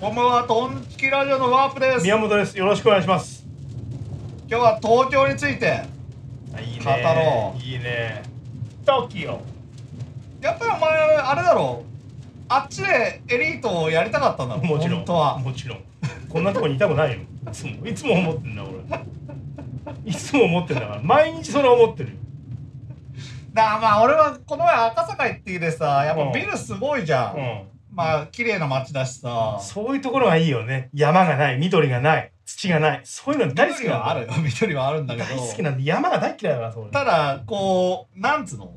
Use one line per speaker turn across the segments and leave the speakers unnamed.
こんばんは、トンチキラジオのワープです。今
宮本です。よろしくお願いします。
日は東京について、
いい
ね語ろう
いいね。東京。
やっぱりお前、あれだろあっちでエリートをやりたかったんだろ
もちろん。
本当は。
もちろん。こんなとこにいたくないよ。いつもいつも思ってんだ俺。いつも思ってんだから毎日それ思ってるよ。
だからまあ、俺はこの前赤坂行ってきてさ、やっぱビルすごいじゃん。
う
まあ、綺麗な街だしさ
ん。。そういうところがいいよね。山がない、緑がない、土がない、そういうの大好き
緑は
な
あ
んだ
るよ。 緑はあるんだけど。
大好きなんで山が大嫌いだなそれ。
ただ、こう、なんつうの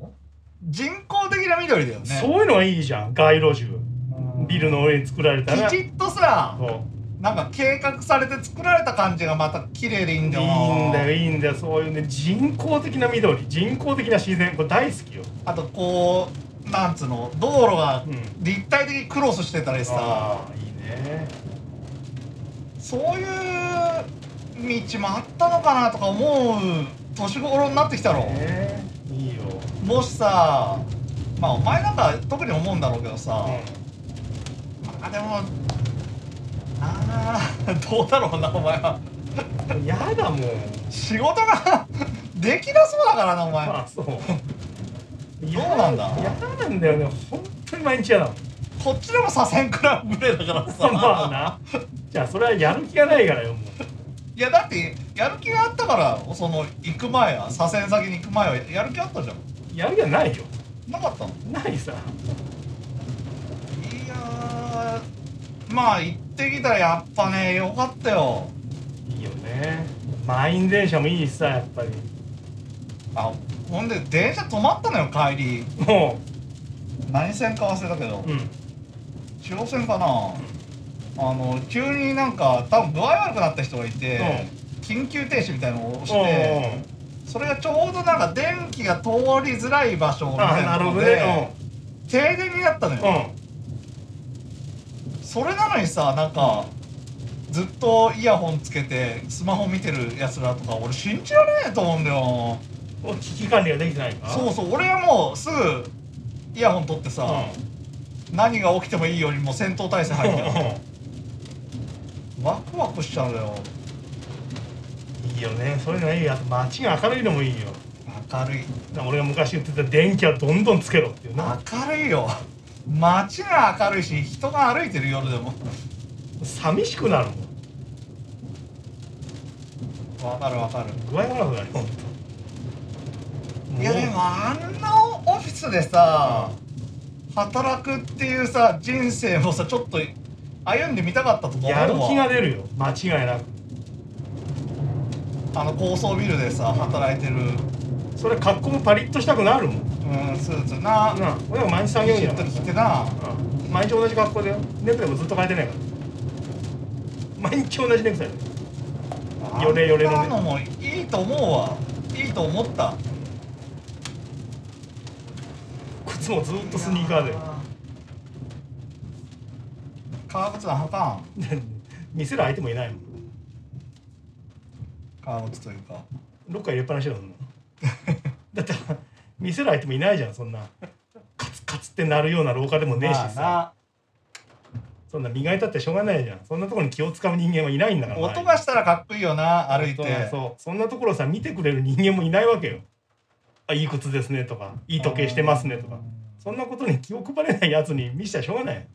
人工的な緑だよね。
そういうのがいいじゃん。街路樹。
うん
ビルの上に作られたら。
きちっとさ、
そう
なんか計画されて作られた感じがまた綺麗でいいん
い
だよない
んだよいいんだよそういうね人工的な緑人工的な自然これ大好きよ
あとこうなんつうの道路が
うん
立体的にクロスしてたりさ、
あーいいね
そういう道もあったのかなとか思う年頃になってきたろ、
ねいいよ、
もしさまあお前なんか特に思うんだろうけどさ、まあでもあー どうだろうなお前は
うん、やだもう
仕事が できなそうだからなお前、
あそう
どうなんだ
やだなんだよね本当に毎日やだもん
こっちでも左遷クラブレだからさ
まあなじゃあそれはやる気がないからよも
いやだってやる気があったからその行く前は左遷先に行く前はやる気あったじゃん
うやる気がないよ
なかったの
ないさ
いやーまあ行ってきたらやっぱねよかったよ
いいよね満員電車もいいしさやっぱり
あほんで電車止まったのよ帰り
も
何線か忘れたけど
ううん
中央線かなあの急になんか多分具合悪くなった人がいて緊急停止みたいのをして
うん
それがちょうどなんか電気が通りづらい場所みた
あ
い
な
な
る
の
ほど
で
ね
停電になったのよ
うんうん
それなのにさなんかずっとイヤホンつけてスマホ見てるやつらとか俺信じられないと思うんだよ
お危機管理ができてないから
そうそう俺はもうすぐイヤホン取って
うん
さ、何が起きてもいいようにもう戦闘態勢入ってるワクワクしちゃうのよ
いいよねそういうのがいいあと街が明るいのもいいよ
明るい
だから俺が昔言ってた電気はどんどんつけろっていうな
明るいよ街が明るいし人が歩いてる夜でも
寂しくなるもん
わかるわかる
具合悪くなるよ本当
いやでもあんなオフィスでさ働くっていうさ人生もさちょっと歩んでみたかったと
う
か
やる
思う
気
わ
が出るよ間違いなく
あの高層ビルでさ働いてる、
それ格好もパリッとしたくなるもん
うん、スーツな
な俺は毎日作業員
シ
だ
フ
か
ト
ら
着てな
うん毎日同じ格好だよネクタイもずっと変えてないから毎日同じネクタイだよよれよれのね
あんなのもいいと思うわいいと思った
靴もずっとスニーカーで
革靴は履かん
見せる相手もいないもん
革靴というか
ロッカー入れっぱなしだもんなだって見せる相手もいないじゃんそんなカツカツってなるような廊下でもねえしさ、
ま
そんな磨いたってしょうがないじゃんそんなところに気を使う人間はいないんだ
あ
か
な
ら
音がしたらかっこいいよな歩いて
そうそうそんなところさ見てくれる人間もいないわけよあいい靴ですねとかいい時計してますねとかそんなことに気を配れないやつに見せたらしょうがない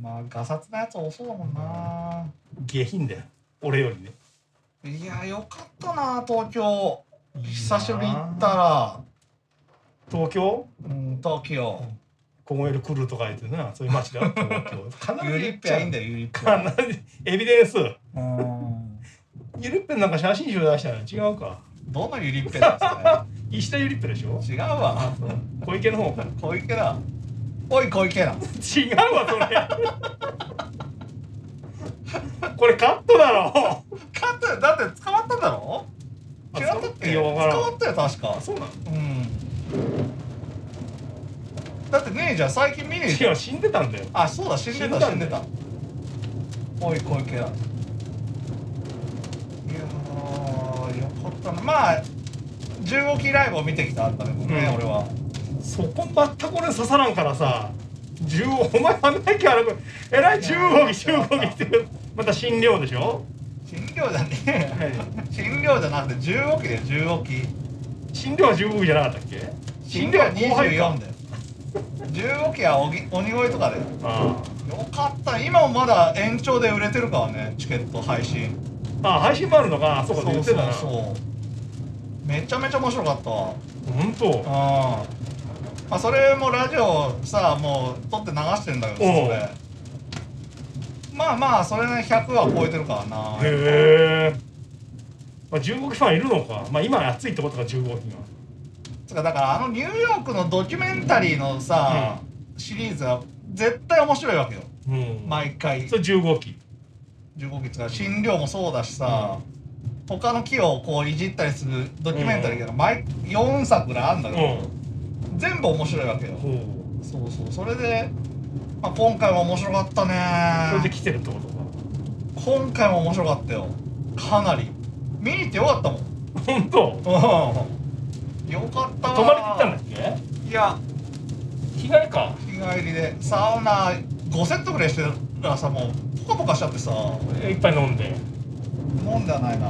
まあガサツなやつ多そうだもんな
下品だよ俺よりね
いやよかったな東京久しぶりに行ったら
東京
うん東京
凍える来るとか言ってなそういう街だよ東京
ユリッペはいいんだよユリッペ
必ずエビデンス
うん
ゆるっぺなんか写真集出したら違うか
どのユリッペなんですか
石田ゆりっぺでしょ
ね違うわ
小池の方か
小池だおい小池だ
違うわそれ これカットだろ
カットだって捕まったんだろ
あ
違ったっけ
い
捕
やわからん
まったよ確か
あそうなの
うんだってねえじゃん最近見ねえじゃん
違う死んでたんだよ
あそうだ死んでた死
死
ん
ん
で
で
た
た
おい小池だいやーよかったなまあ15期ライブを見てきたあったね、
うん
俺は
そこ全く俺刺さらんからさ十お前あんだけ荒くえらい中国中国ってまた診療でしょ
診療じゃねえ、
は
診療じゃなくて10億だよ10億
診療は中国じゃなかったっけ
診
診療
療
は後輩か
24だよ10億はおぎ鬼越とかだよ
あ
よかった今もまだ延長で売れてるからねチケット配信
あああ配信もあるのかあそうか言
そう
って
そ
たな
うそうめちゃめちゃ面白かったわ
本当
うんまあそれもラジオさもう撮って流してんだけど
おう
それまあまあそれね100は超えてるからな
へえ、まあ、中国ファンいるのかまあ今暑いってことか中国には
つうかだからあのニューヨークのドキュメンタリーのさ、シリーズは絶対面白いわけよ
うん
毎回
それ15期
15期つうか診療もそうだしさ、他の木をこういじったりするドキュメンタリーが毎4作ぐらいあるんだ
う
け
ん
ど、全部面白いわけよ
ほう
そうそうそれで、まあ、今回も面白かった
それで
ね
来てるってことか
今回も面白かったよかなり見に行ってよかったもん
本当
うんよかったわ
泊まりで行ったんだっけ
いや
日帰りか
日帰りでサウナ5セットぐらいしてたらさもうポカポカしちゃってさ
いっぱい飲んで
飲んではないな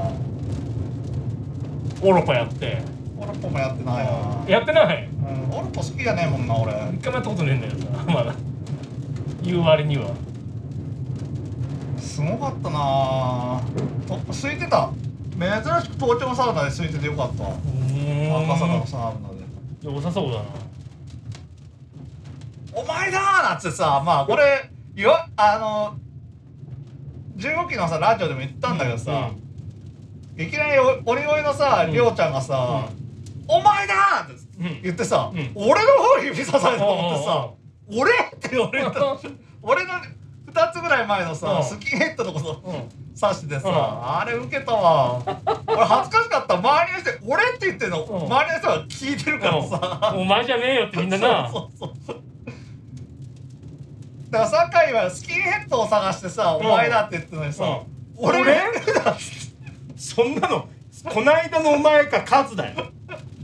オロパやって
オルポもやってないな
やってない
うん、オルポ好きじゃねえもんな俺
一回もやったことねえんだよ さまだ言う割には
すごかったなと空いてた珍しく東京のサウナで空いててよかったわ赤坂のサウナで
良さそうだな
「お前だ!」なんつってさまあ俺よあの15期のさラジオでも言ったんだけどさ、いきなりお鬼越のさ
うん
りょうちゃんがさ「お前だ!」って
うん
言ってさ、
うん
俺の方に指さされたと思ってさ「俺?」って俺言った俺の2つぐらい前の
う
さ
ん
スキンヘッドのこと
うん
刺してさ、
うん
あれ受けたわ俺恥ずかしかった周りの人に「俺」って言ってんの、
うん
周りの人が聞いてるからさ、
お前じゃねえよってみんなな
そうそうそうだから酒井はスキンヘッドを探してさ「
うん
お前だ」って言ってたのにさ
うん
「俺
俺 そんなのこないだのお前かカズだよ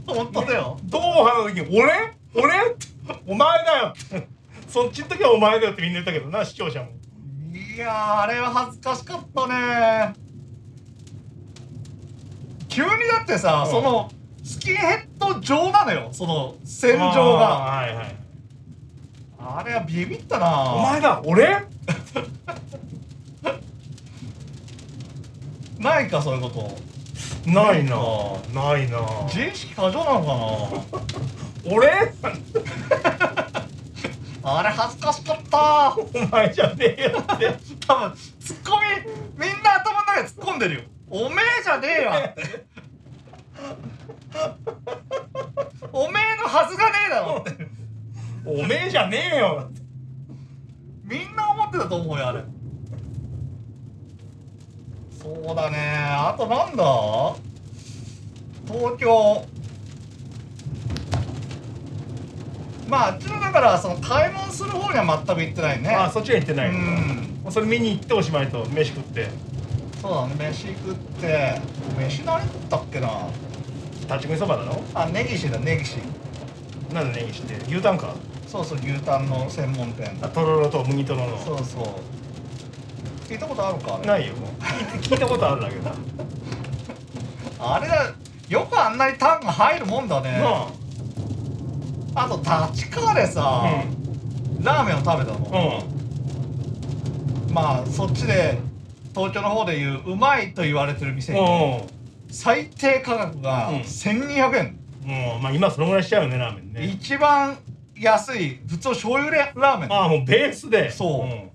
本当だよ
ドーハの時に俺俺ってお前だよってそっちの時はお前だよってみんな言ったけどな視聴者も
いやーあれは恥ずかしかったね急にだってさ、
うん
そのスキンヘッド上なのよその戦場が
あーはいはい
あれはビビったな
お前だ俺
ないかそういうこと
ないなないな
自意識過剰なの か
俺
なあれ恥ずかしかった
お前じゃねえよって
多分ツッコミみんな頭の中で突っ込んでるよおめえじゃねえわっておめえのはずがねえだろって
おめえじゃねえよって
みんな思ってたと思うよあれそうだねあとなんだ東京まああっちのだからその買い物する方には全く行ってないね
あそっちは行ってないの
うん
それ見に行っておしまいと飯食って
そうだね飯食って飯何食ったっけな
立ち食いそばだろ
あ根岸だ根岸
なんでネギして牛タンか
そうそう牛タンの専門店
あとろろと麦とろ
そ
の
うそう聞いたことあるかあれ
ないよもう聞いて聞いたことあるんだけどな
あれだよくあんなにタンが入るもんだね
あ
あと立川でさ、ラーメンを食べたの、
う
まあそっちで東京の方でいううまいと言われてる店
んうんうん
最低価格が
うん
1200円、
もうまあ今そのぐらいしちゃうよねラーメンね
一番安い普通の醤油ラーメン
ああもうベースで
そう
うん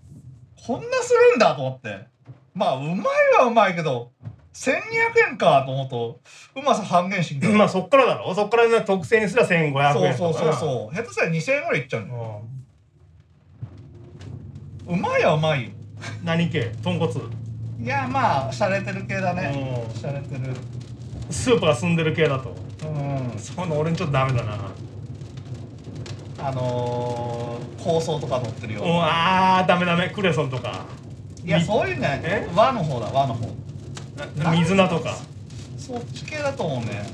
こんなするんだと思ってまあうまいはうまいけど1200円かと思うとうまさ半減してきた
まあそっからだろそっからね特製にすら1500円とか
そうそうそう
う
そう下手したら2000円ぐらいいっちゃうのようまいはうまいよ
何系豚骨
いやまあ洒落てる系だね
うん
洒落てる
スープが澄んでる系だと
うん
その俺にちょっとダメだな
あのー、構想とか乗ってるよ
うんあーダメダメクレソンとか
いや
み
そういうんじゃない
え
和の方だ和の方
水菜とか
そっち系だと思うね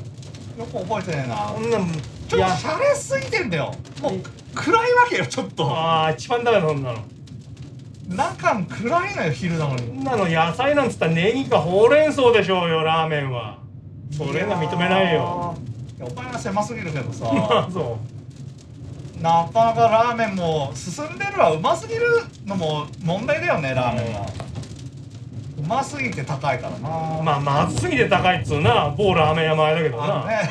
よく覚えてねえな
こんなん
ちょ
い
っと
や
シャレすぎてんだよも
え
う暗いわけよちょっと
ああ一番ダメだそんなの
中暗いのよ昼なの
そ
に
んなの野菜なんつったらネギかほうれん草でしょうよラーメンはそれが認めないよ
いやお前は狭すぎるけどさ
まあそ
なかなかラーメンも進んでるわうますぎるのも問題だよねラーメンはうますぎて高いからな
う まあまずすぎて高いっつうな某ラーメン屋前だけどな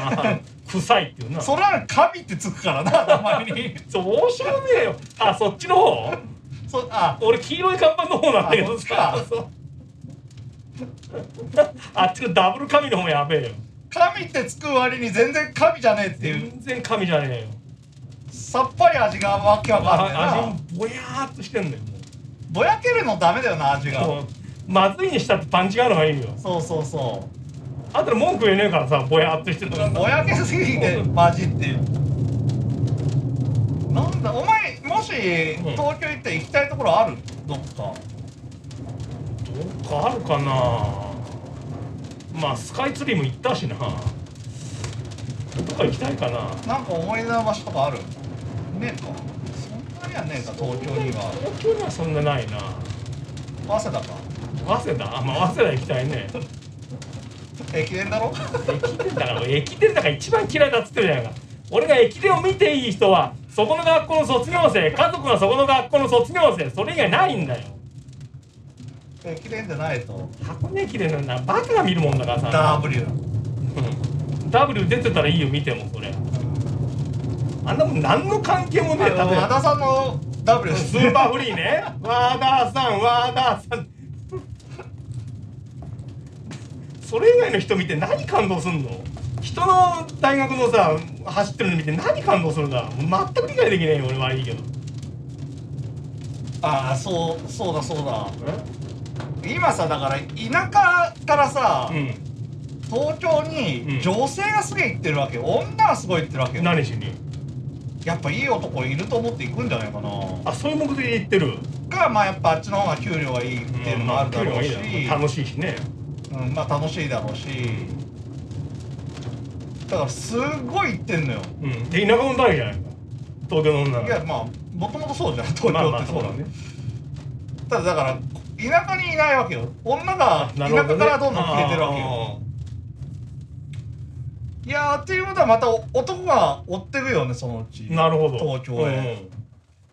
あのね
臭いっていうな
それは神ってつくからな名前に
どうしようもねえよあそっちの方
そあ
俺黄色い看板の方なんだけど
あ
さ
そ
そう あっちのダブル神の方やべえよ
神ってつく割に全然神じゃねえっていう
全然神じゃねえよ
さっぱり味がわけわかんねえ
あ
な
味ぼやーっとしてんだよもう
ぼやけるのダメだよな味が
そうまずいにしたってパンチがあるのがいいよ
そうそうそ
あとで文句言えねえからさぼやーっとしてるとか
うぼやけすぎてマジっていうなんだお前もし
ん
東京行って行きたいところあるどっか
どっかあるかなまあスカイツリーも行ったしなどっか行きたいかな
なんか思い出の場所とかあるねえかそんなにはねえか東京には
東京にはそんなないな
早稲田か
早稲田あまあ早稲田行きたいね
駅伝だ ろ
駅伝だから俺駅伝だから一番嫌いだっつってるじゃないか俺が駅伝を見ていい人はそこの学校の卒業生家族がそこの学校の卒業生それ以外ないんだよ
駅伝じゃないと
箱根駅伝なんだバカが見るもんだからさ
W
うん W 出てたらいいよ見てもそれあんなもん何の関係もねえ例え
あの和
ば
田さんの W です
スーパーフリ ーね和田さん和田さんそれ以外の人見て何感動すんの人の大学のさ走ってるの見て何感動するんだ全く理解できないよ俺はいいけど
ああそうそうだそうだ今さだから田舎からさ、
う
東京
うん
に女性がすげえ行ってるわけよ女はすごい行ってるわけ
ん
よ
何しに
やっぱいい男いると思って行くんじゃないかな
あそういう目的で行ってる
がまあやっぱあっちの方が給料がいいっていうのもあるだろうし、
うんまあ距離もいいだろ楽しいしね
うん、まあ楽しいだろうしだからすごい行ってんのよ
うんで田舎も大じゃないか東京の女
い
が
やまあもともとそうじゃん東京
まあま
っ
あ
て
そうだね
ただだから田舎にいないわけよ女が田
な
舎
るほ
か
ね
らどんどん消えてるわけよいやーっていうことはまた男が追ってくよねそのうち
あーなるほど
東京へ
うん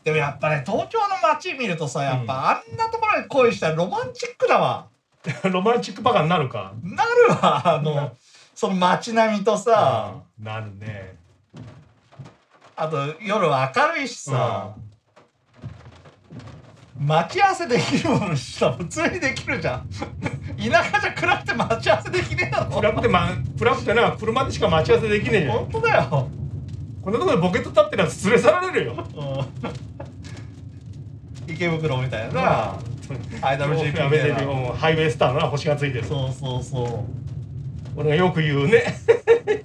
でもやっぱね東京の街見るとさやっぱあんなところで恋したらロマンチックだわ
ロマンチックバカになるか。
なるわあのその街並みとさ
あ、なるね。
あと夜は明るいしさ待ち合わせできるものさ普通にできるじゃん 田舎じゃ暗くて待ち合わせできねえだ
プ
ろ
ラプでま、プラプってな、車でしか待ち合わせできねえじゃん。
本当だよ
こんなところでボケット立ってるやつ連れ去られるよ。
うん池袋みたいなアイドル GP み
やめ
た
て
い
るよ
な
もうハイウェイスターのな星がついてる。
そうそうそう
俺がよく言うね。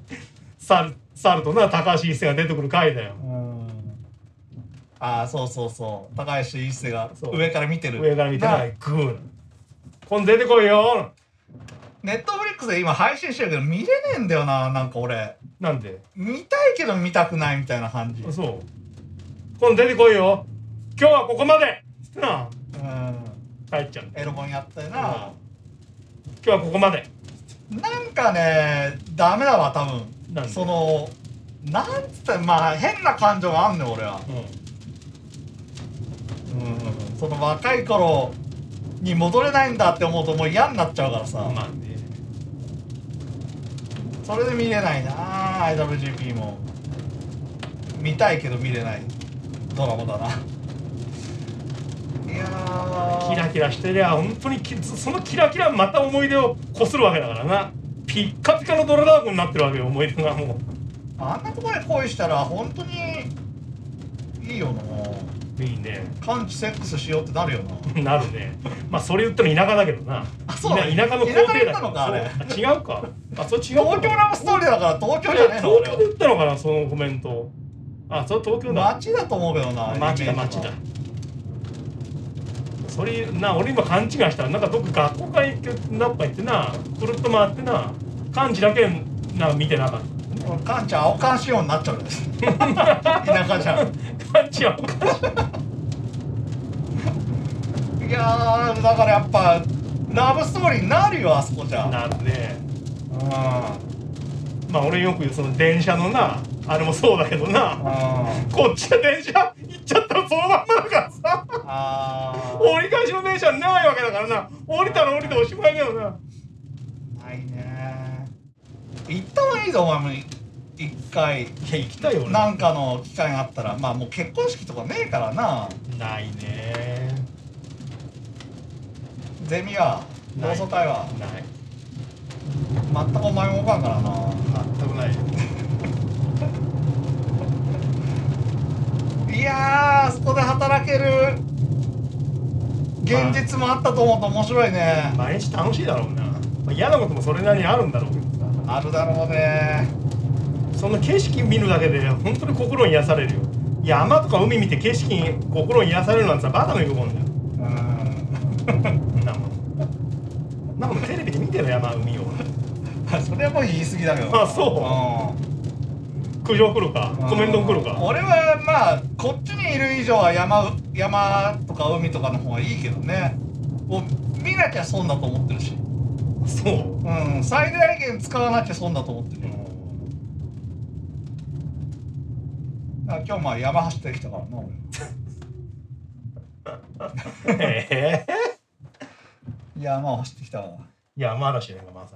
サル、サルとな、高橋一生が出てくる回だよ。
うんああそうそうそう高橋一生が
そう
上から見てる
上から見て
な
ない、グー。今度出てこいよ。
ネットフリックスで今配信してるけど見れねえんだよななんか俺
なんで。
見たいけど見たくないみたいな感じうん
そう。今度出てこいよ。今日はここまで。つってな、帰っちゃうんだ
エ
よ。
ロ本やったよ
うん
な、
今日はここまで。
なんかねダメだわ多
なん
分
で
そのなんつったらまあ変な感情があんねん俺は
うん。
うんその若い頃に戻れないんだって思うともう嫌になっちゃうからさ、
まあね
それで見れないなあ IWGP も見たいけど見れないドラマだないやー
キラキラしてりゃ本当にきそのキラキラまた思い出をこするわけだからなピッカピカの泥だらけになってるわけよ思い出がも
あんなところで恋したら本当にいいよな
ういいね
完治セックスしようってなるよな
なるねまあそれ言ったら田舎だけどな
あそうだ
いな田舎の
田
校
舎
庭
で言
だ
ったのかあれ
そうあ違うかあそれ違う
東京
か
ラブストーリーだから東京じゃねえの
東
俺
京
は
で言ったのかなそのコメントあそれ東京だ
街だと思うけどな
町だ
イメージ
町
は
だそれな俺今勘違いしたらなんかどっか学校から行ってなんか行ってなくるっと回ってな漢字だけなんか見てなかった
カンちゃんおかん仕様になっちゃうん です田舎じゃん
感じはおかしい
いやーだからやっぱラブストーリーになるよあそこじゃうん
なんでまあ俺よく言うその電車のなあれもそうだけどな
あ
こっちは電車行っちゃったらそのまんまだからさ
あー
折り返しの電車ないわけだからな降りたら降りておしまいだよな
ないね行った方がいいぞお前も一回
いや行きたいよ俺
なんかの機会があったらまあもう結婚式とかねえからな
ないね
ゼミは同
ない
窓会は
ない
全くお前もおかんからな
全くないよ
いやーあそこで働ける現実もあったと思うと面白いね
毎日楽しいだろうな、まあ、嫌なこともそれなりにあるんだろうけどさ
あるだろうね
その景色見るだけで本当に心癒されるよ山とか海見て景色に心癒されるなんてさバカの言うもんだよ
うん
そんなもんそんなもんテレビで見てる 山海を
それはもう言い過ぎだけど
あそう苦情来るか
ん
コメント来るか
俺はまあこっちにいる以上は山山とか海とかの方がいいけどねもう見なきゃ損だと思ってるし
そう
うん最大限使わなきゃ損だと思ってるよだから今日まあ山走ってきたからな俺
ええ
山を走ってきたから
山嵐だよまさ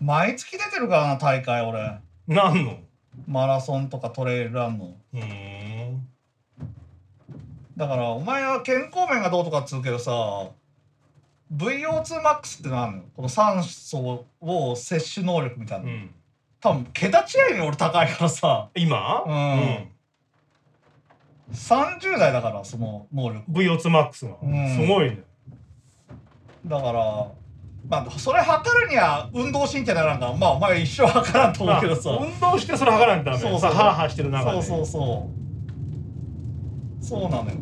毎月出てるからな大会俺
になんの
マラソンとかトレイルランの
うーん
だからお前は健康面がどうとかっつうけどさ VO2MAX ってのあるのこの酸素を摂取能力みたいな、
うん
多分桁違いに俺高いからさ
今
う30代だからその能力
うん VO2MAX が、
うん
すごいね
だからまあそれ測るには運動神経ならんからまあお前は一生測らんと思うけどさ
あ運動してそれ測らんとダメ
そうそう
さハーハーしてる中
そう
で
そうそうそうなのよ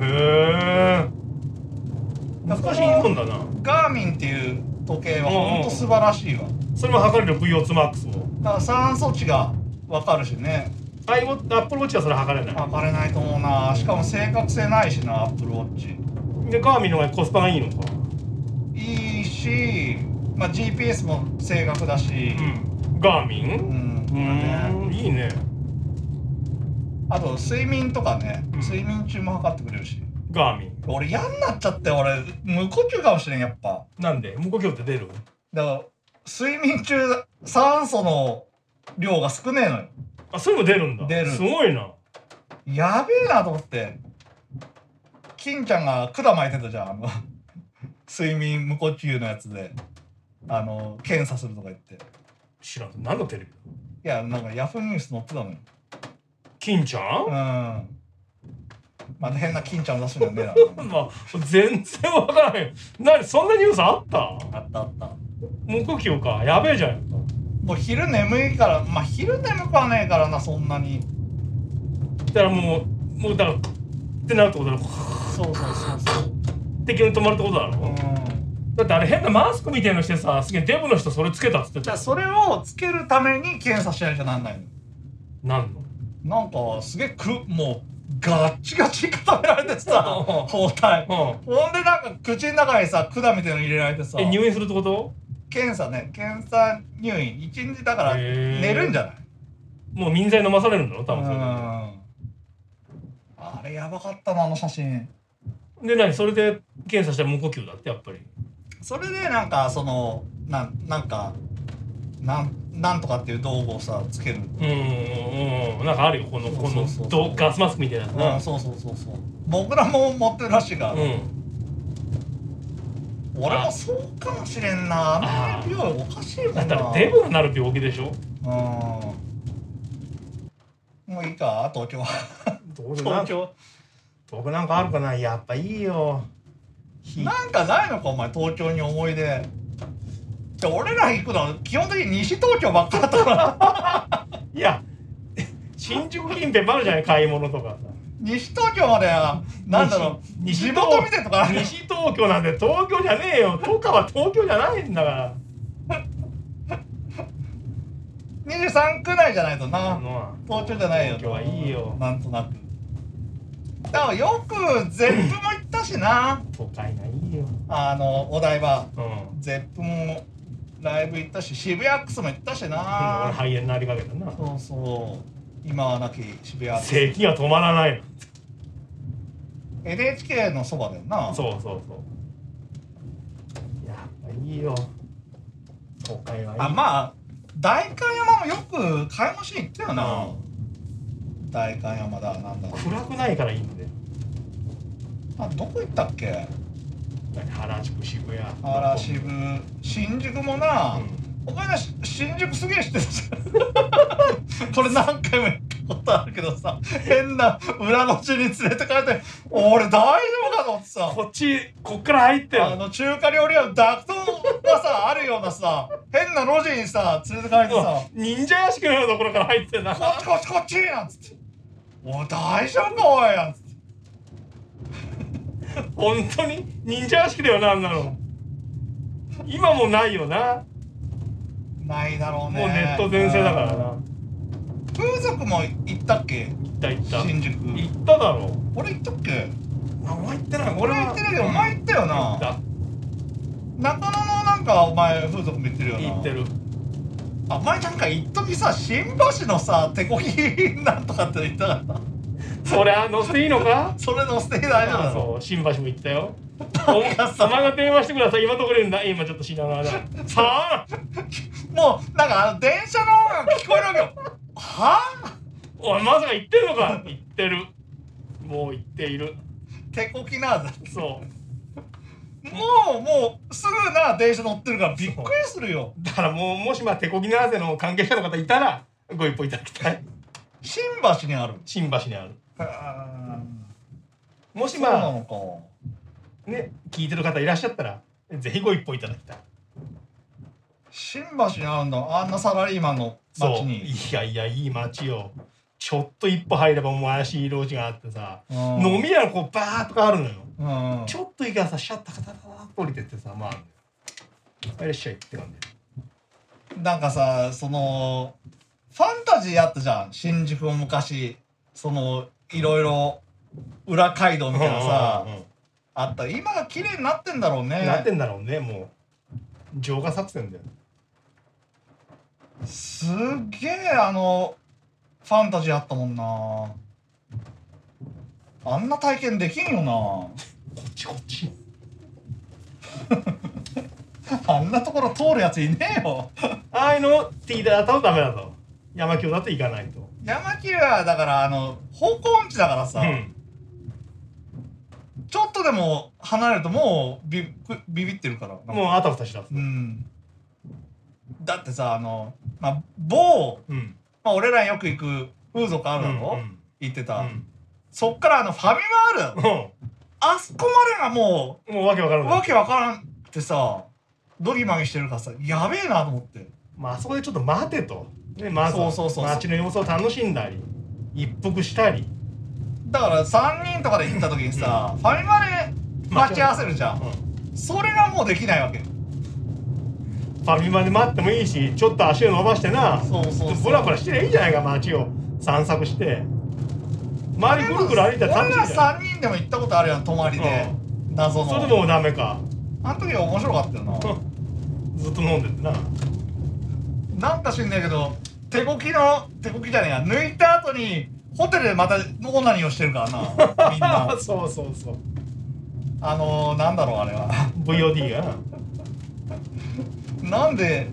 へえ難しいもんだな
ガーミンっていう時計は
うんうん
ほんと素晴らしいわ
それも測れる VO2MAX を
だから酸素値が分かるしね
アイウォッアップルウォッチはそれ測れな
測れないと思うなしかも正確性ないしなアップルウォッチ
いでガーミンの方がコスパがいいのか
いいし、まあ、GPS も正確だし
うんガーミ
う
ン
ん、
うーんいいね
あと睡眠とかね
うん
睡眠中も測ってくれるし
ガーミン
俺嫌になっちゃって俺無呼吸かもしれんやっぱ
なんで無呼吸って出る
だから睡眠中酸素の量が少ねえのよ
あそれも出るんだ
出る
すごいな
やべえなと思って金ちゃんが管巻いてたじゃんあの 睡眠無呼吸のやつであの検査するとか言ってい
知らん何のテレビ
やなんかヤフーニュース載ってたのよ
金ちゃ
うん
ん
また変な金ちゃんを出すんじゃねえだ
まあ全然わからへん何そんなニュースあった
あったあった
無呼吸かやべえじゃんやっぱ
もう昼眠いからまあ昼眠くはねえからなそんなに
だからもうもうだからってなるってことだろ
そうそうそうそう
敵に止まるってことだろ、
うん
だってあれ変なマスクみたいのしてさすげえデブの人それつけたっつって
じゃあ
た
それをつけるために検査しなきゃなんないの
なんの
なんかすげえくもうガッチガチに固められて さ包帯
う
ほんでなんか口の中にさ管みたいなの入れられてさ
んえ入院するってこと
検査ね検査入院1日だから
へー
寝るんじゃない
もう民剤飲まされるんだろ多分それ
うんあれやばかったなあの写真
でで何それで検査したら無呼吸だってやっぱり
それでなんかそのなんなんかなんなんとかっていう道具をさつける、
うんうんうんなんかあるよこのこ
そう
の
そうそう
どガスマスクみたいなやつ
う、
なん
そうそうそうそう僕らも持ってるらしいから、
うん
俺もそうかもしれんなあ
あ
の美容おかしいもん
だ
な
ったらデブになる病気でしょ
うんもういいか東京は
どう
東京
僕なんかあるかなやっぱいいよ ひ
なんかないのかお前東京に思い出じゃあ俺ら行くのは基本的に西東京ばっかだったから
いや新宿近辺もあるじゃない買い物とかさ
西東京まではなんだろう地
西西東
元見てとかある
西東京なんで東京じゃねえよとかは東京じゃないんだから
23区内じゃないとな、東京じゃないよ
東京はいいよ
なんとなくでもよくゼップも行ったしな
都会がいいよ
あのお台場
うん
ゼップもライブ行ったし渋谷アックスも行ったし
俺
な
肺炎になりかけたな
そうそう今はなき渋谷アックス
咳が止まらない
NHK のそばだよな
のそうそうそうやっぱいいよ都会はいい
あまあ代官山もよく買い物しに行ったよな、
う
代官山だなんだ
暗くないからいいんで
あどこ行ったっけ
原宿渋谷
原渋新宿もな、
うん
お前らし新宿すげえ知ってたじゃん これ何回も言ったことあるけどさ変な裏の地に連れてかれて俺大丈夫かと思ってさ
こっちこっから入って
あ
よ
の中華料理屋のダクトがさあるようなさ変な路地にさ連れてかれてさ
忍者屋敷のようなところから入ってん
「
な
こっちこっちこっち」なんつって「おい大丈夫かおい」なんつって
本当に忍者屋敷だよなあんなの今もないよな
ないだろうね
もうネット全盛だからな
風俗も行ったっけ
行った行った
新宿
行っただろ
俺行ったっけ
あお前行ってない
俺は行ってないけどお前行ったよ
行っ
な
た
中野のなんかお前風俗も行ってるよな
行ってる
あお前なんか一時さ新橋のさ手こぎなんとかって言ったからな
それあ乗せていいのか
それのステージ大丈夫
あ
だろ
そう新橋も行ったよお前が電話してください今どこにいるんだ今ちょっと死ながらさあ
もうなんかあの電車の音が聞こえるわけよはあ
おいまさか行ってるのか行ってるもう行っている
手こきなも
そう
うもうすぐな電車乗ってるからびっくりするよ
だからもうもしまあ手こぎなぜの関係者の方いたらご一報いただきたい
新橋にある
新橋にある
あ
もし
そうな
ま
のか
あね聞いてる方いらっしゃったらぜひご一報いただきたい
新橋にあるんだあんなサラリーマンの
そう
街
い
に
やいやいい街よちょっと一歩入ればもう怪しい路地があってさ、
うん
飲み屋がこうバーッとかあるのよ、
うん
ちょっと行けばさシャッターカタカタカタって降りてってさまああいらっしゃいって感じ
なんかさそのファンタジーあったじゃん新宿も昔そのいろいろ裏街道みたいなさ、
うんうんうん
あった今が綺麗になってんだろうね
なってんだろうねもう浄化作戦だよ
すっげえあのファンタジーあったもんなあんな体験できんよ
こっちこっち
な あんなところ通るやついねえよ
ああいうのをティーダーだとダメだと山京だと行かないと
山木はだからあの方向音痴だからさ、
うん
ちょっとでも離れるともうビビビビってるから
もうあたふたしだす
うんだってさあの、まあ、某、
うん
まあ、俺らよく行く風俗あるだろ、
うん
行って
う
た、
ん
そっからあのファミマあるだろ
うんも
あそこまでがも
うわけわから
う
な
わ
い
けわからんくてさドギマギしてるからさやべえなと思って
まああそこでちょっと待てとねまずは
そうそうそうそう
街の様子を楽しんだり一服したり
だから3人とかで行った時にさ、ファミマで待ち合わせるじゃん、
うん
それがもうできないわけ
ファミマで待ってもいいしちょっと足を伸ばしてな
そうそうそう
ちょっとブラブラしてりゃいいじゃないか街を散策して周りぐるぐる歩いたら
俺
楽
ら
しいじゃん
3人でも行ったことあるやん泊まりで、謎の
それでもダメか
あの時は面白かったよな、
ずっと飲んでてな
なんか知んないけど手こきの手こきじゃねえや抜いた後にホテルでまたオナニーをしてるからなみん な
そうそうそう
あのー、なんだろうあれは
VOD が
なんで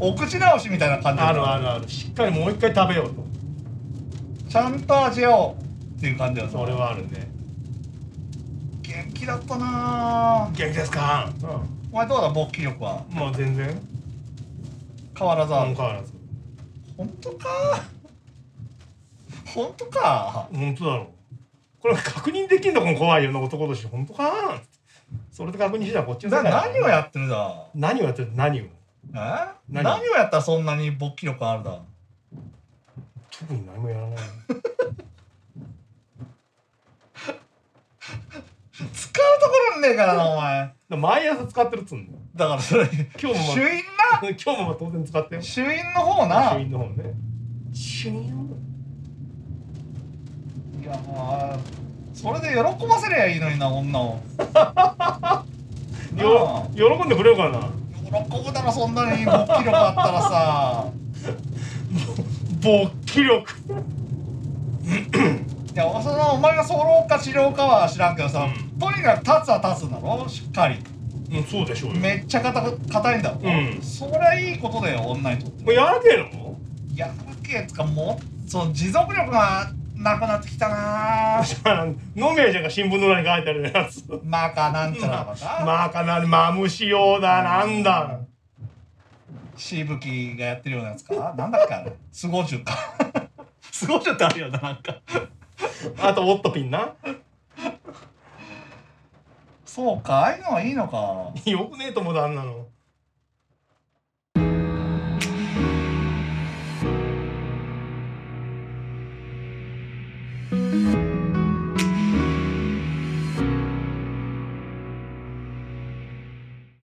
お口直しみたいな感じ
なあるあるあるしっかりもう一回食べようと
ちゃんと味をっていう感じだよ
それはあるね
元気だったなぁ
元気ですか
お前どうだ勃起力は
うんもう全然
変わらずあ
相
る
変わらず
本当か本当か
本当だろこれ確認できんのこの怖いよな男として本当かなそれで確認したらこっちの
な
だ
何をやってるだ
何をやってる何を
え何
何
をやったらそんなに勃起力あるだ
特に何もやらない
使うとこ ろねえからなお前
毎朝使ってるっつうんだよ
だからそれ
今日も
主因
今日も当然使ったよ
主因の方な
主因の方ね主因
いやまあそれで喜ばせりゃいいのにな 女をなあ
よ喜んでくれるかな
喜ぶだろそんなに勃起力あったらさ
勃起力
いやそのお前がソロか治療かは知らんけどさ、
うん
とにかく立つは立つんだろしっかり
うんそうでしょうよ
めっちゃ硬く硬いんだろ、
うん
そりゃいいことだよ女にとって
もうやらけえの
いやだけつかもうその持続力がなくなってきたな
じゃあ飲み屋じゃんが新聞の裏に書いてあるやつ
マカなんちゃらとか、
まあかなりマムシ用だなんだ
しぶきがやってるようなやつかなんだっけあれスゴジュかスゴジュってあるよななんか
あとオットピンな
そうかああいうのはいいのか
よくねえと思うだあんなの